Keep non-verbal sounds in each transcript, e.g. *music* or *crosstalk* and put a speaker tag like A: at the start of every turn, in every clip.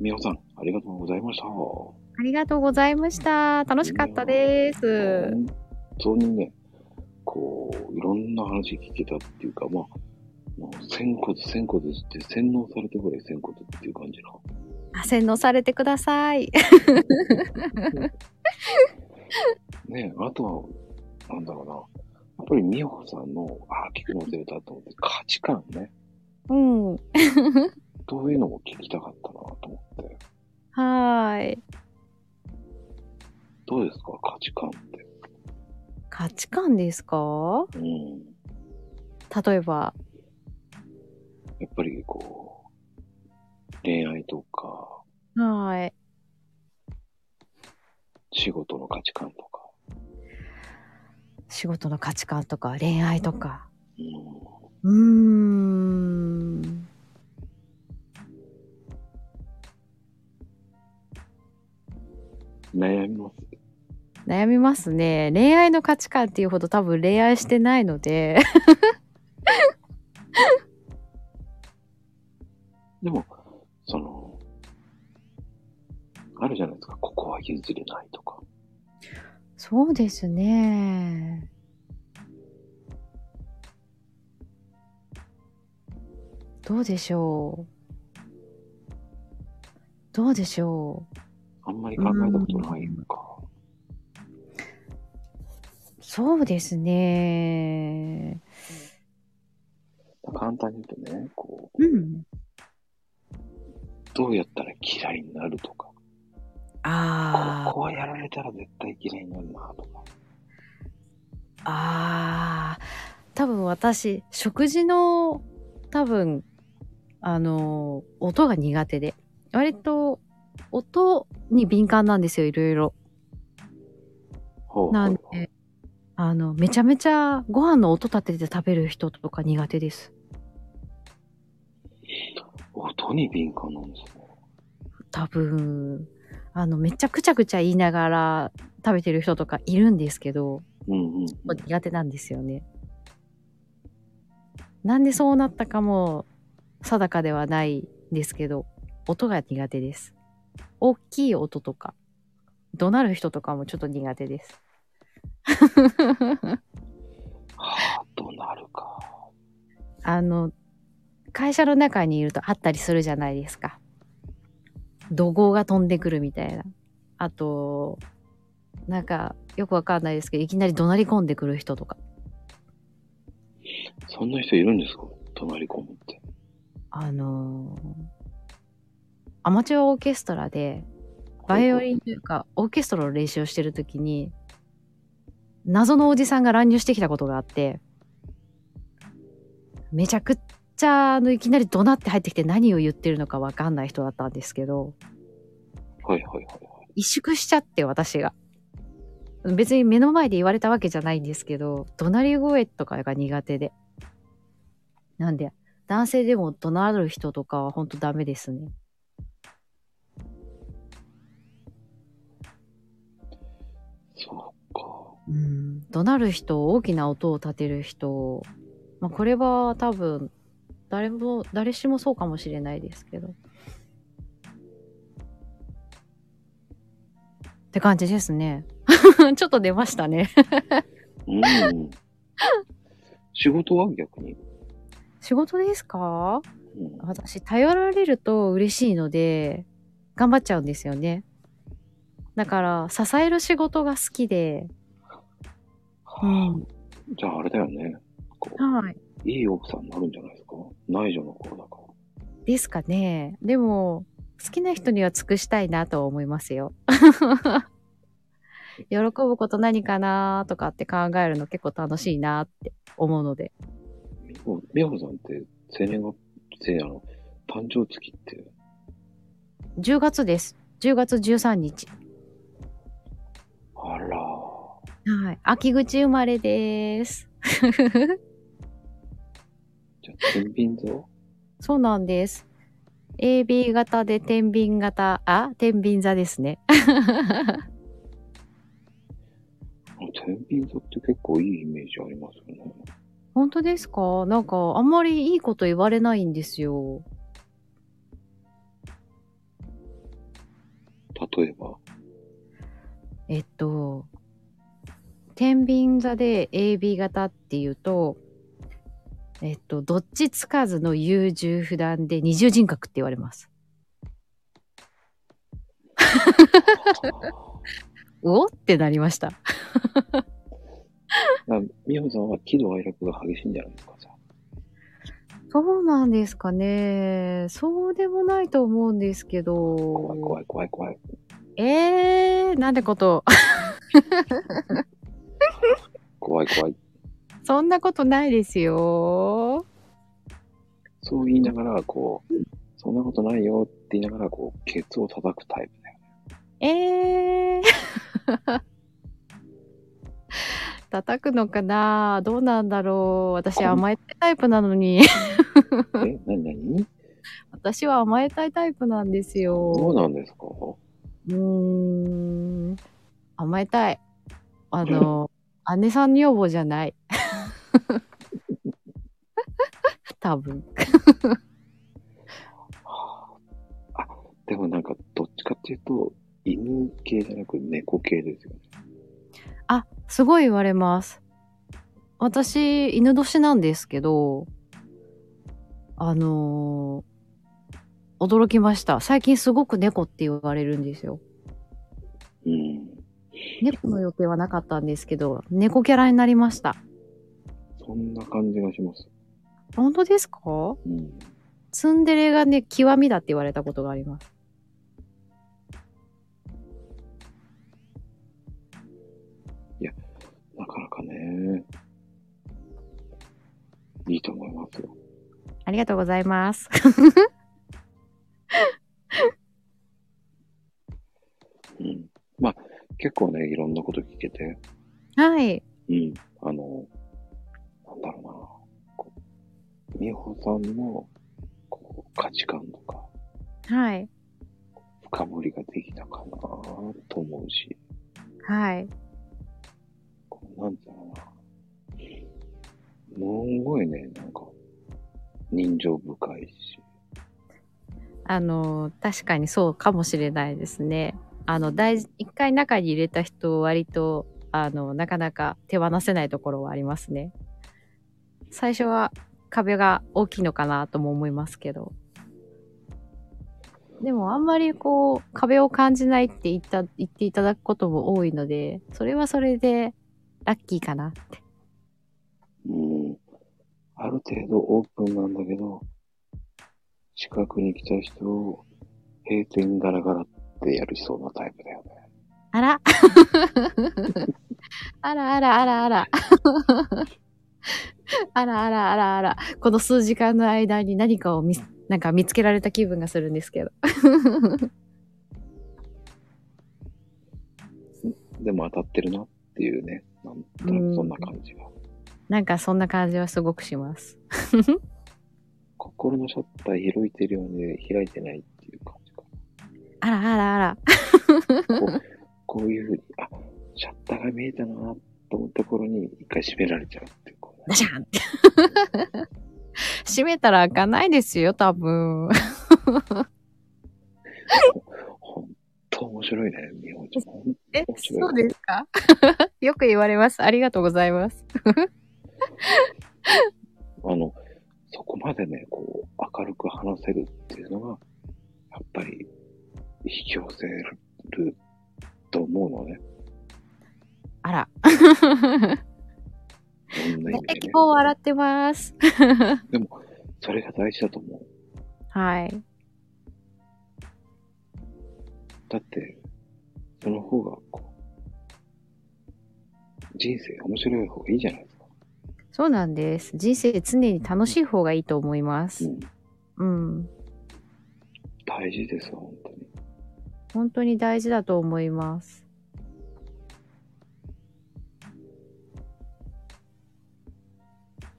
A: みほさん、ありがとうございました。
B: ありがとうございました。楽しかったです。
A: 本当にね、こう、いろんな話聞けたっていうか、まあ、もう、仙骨、仙骨って洗脳されてくらい仙骨っていう感じの。
B: あ洗脳されてください。
A: ねあとは、なんだろうな。やっぱり美穂さんの、ああ、聞くの忘れたと思って、価値観ね。
B: うん。は
A: どういうのも聞きたかったなと思って。
B: ーい。
A: どうですか価値観って。
B: 価値観ですか
A: うん。
B: 例えば。
A: やっぱりこう、恋愛とか、
B: はい。
A: 仕事の価値観とか。
B: 仕事の価値観とか恋愛とか。
A: うん。
B: うーん。
A: 悩みます。
B: 悩みますね。恋愛の価値観っていうほど多分恋愛してないので。
A: でも、その、あるじゃないですか。ここは譲れないとか。
B: そうですね。どうでしょう。どうでしょう。
A: あんまり考えたことないか。
B: そうですね。
A: 簡単に言うとね、こう、
B: うん。
A: どうやったら嫌いになるとか。
B: あ
A: ここはやられたら絶対嫌いになるなとか。
B: あ、ああ。多分私、食事の、多分、あの、音が苦手で。割と、音に敏感なんですよ、いろいろ。
A: ほう
B: なんで、あの、めちゃめちゃご飯の音立てて食べる人とか苦手です。
A: 音に敏感なんですね。
B: 多分、あの、めちゃくちゃくちゃ言いながら食べてる人とかいるんですけど、
A: うんうん、うん。
B: 苦手なんですよね。なんでそうなったかも定かではないんですけど、音が苦手です。大きい音とか、怒鳴る人とかもちょっと苦手です。
A: はあ、どうなるか。
B: あの、会社の中にいるとあったりするじゃないですか。怒号が飛んでくるみたいな。あと、なんか、よくわかんないですけど、いきなり怒鳴り込んでくる人とか。
A: そんな人いるんですか隣込むって。
B: あのーアマチュアオーケストラで、バイオリンというか、オーケストラの練習をしてるときに、謎のおじさんが乱入してきたことがあって、めちゃくちゃ、あの、いきなり怒鳴って入ってきて何を言ってるのかわかんない人だったんですけど、
A: はいはいはいはい。
B: 萎縮しちゃって私が別に目の前で言われたわけじゃないんですけど怒鳴り声とかが苦手でなんで男性でも怒鳴る人とかは本当ダメですね
A: そうか。
B: うん怒鳴る人大きな音を立てる人、まあ、これは多分誰も誰しもそうかもしれないですけどって感じですね *laughs* ちょっと出ましたね *laughs*
A: うん。仕事は逆に。
B: 仕事ですか
A: うん、
B: 私頼られると嬉しいので頑張っちゃうんですよねだから支える仕事が好きでうん
A: じゃああれだよね。こ
B: はい。
A: ういい奥さんになるんじゃないですか内助の子だか
B: ですかねでも好きな人には尽くしたいなとは思います *laughs* よ喜ぶこと何かなとかって考えるの結構楽しいなって思うので
A: ら。美穂さんって生年月生あの、誕生月って、
B: 10月です10月13日
A: あら、
B: はい秋口生まれです
A: じゃあ、天秤座
B: そうなんです。AB 型で天秤型、あ、天秤座ですね。
A: 天秤座って結構いいイメージありますよね。
B: 本当ですかなんか、あんまりいいこと言われないんですよ。
A: 例えば、
B: えっと、天秤座で AB 型っていうと、えっと、どっちつかずの優柔不断で二重人格って言われます。おってなりました。
A: なみやさんは喜怒哀楽が激しいんじゃないですか、じゃあ
B: そうなんですかね。そうでもないと思うんですけど。
A: 怖い怖い怖い怖い。
B: えー、なんてこと。 *laughs*
A: 怖い怖い。
B: そんなことないですよ。
A: そう言いながら、こう、そんなことないよって言いながら、こう、ケツを叩くタイプね。
B: えー。 *laughs* 叩くのかなどうなんだろう私甘えたいタイプなのに。
A: え、
B: *laughs*
A: なになに
B: 私は甘えたいタイプなんです
A: そ
B: よ。
A: うなんですか
B: うーん。甘えたい。あ *laughs* の、姉さん女房じゃない。 *laughs* 多分。
A: でもなんか、どっちかっていうと、犬系じゃなく猫系ですよね。
B: あ、すごい言われます。私、犬年なんですけど、あのー驚きました。最近すごく猫って言われるんですよ。
A: うん。
B: 猫の予定はなかったんですけど、猫キャラになりました。
A: そんな感じがします。
B: 本当ですか
A: うん。
B: ツンデレがね、極みだって言われたことがあります。
A: なかなかね、いいと思いますよ。
B: ありがとうございます。
A: うん。まあ、結構ね、いろんなこと聞けて、
B: はい。
A: うん。あの、なんだろうな、こう、美穂さんの、こう、価値観とか、
B: はい。
A: 深掘りができたかなと思うし、
B: はい。
A: こうなんていうのかな。ものすごいね、なんか、人情深いし、
B: あの、確かにそうかもしれないですね。あの、大事、一回中に入れた人、割と、あの、なかなか手放せないところはありますね。最初は壁が大きいのかなとも思いますけど。でもあんまりこう、壁を感じないって言った、言っていただくことも多いので、それはそれでラッキーかな。
A: うん。ある程度オープンなんだけど、近くに来た人を閉店ガラガラってやるしそうなタイプだよね。
B: あらあらあらあらあら。あらあらあらあら。この数時間の間に何かを見、なんか見つけられた気分がするんですけど。
A: でも当たってるなっていうね、なんとなくそんな感じが。
B: なんかそんな感じはすごくします。
A: 心のシャッター開いてるようで開いてないっていう感じか。
B: あらあらあら。
A: こういうふうに、あ、シャッターが見えたなと思った頃に一回閉められちゃうっていう。こうね
B: ダシャン閉めたら開かないですよ、多分。
A: ほんと面白いね、日本人。ほん
B: え
A: 面白い
B: そうですかよく言われます。ありがとうございます。
A: あの、そこまでね、こう、明るく話せるっていうのが、やっぱり、引き寄せると思うのね。
B: あら。
A: いろんな意味で、
B: 結
A: ね。
B: 構笑ってます。
A: でも、それが大事だと思う。
B: はい。
A: だって、その方が、こう、人生面白い方がいいじゃないですか。
B: そうなんです。人生常に楽しい方がいいと思いま
A: う
B: す。
A: ん。
B: うん。
A: 大事ですよ、本当に。
B: 本当に大事だと思います。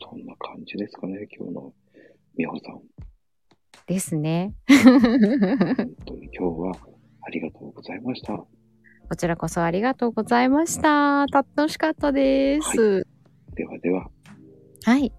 A: そんな感じですかね、今日の、美穂さん。
B: ですね。
A: 本当に今日は、ありがとうございました。
B: こちらこそありがとうございました。楽しかったです。
A: ではでは。
B: はい。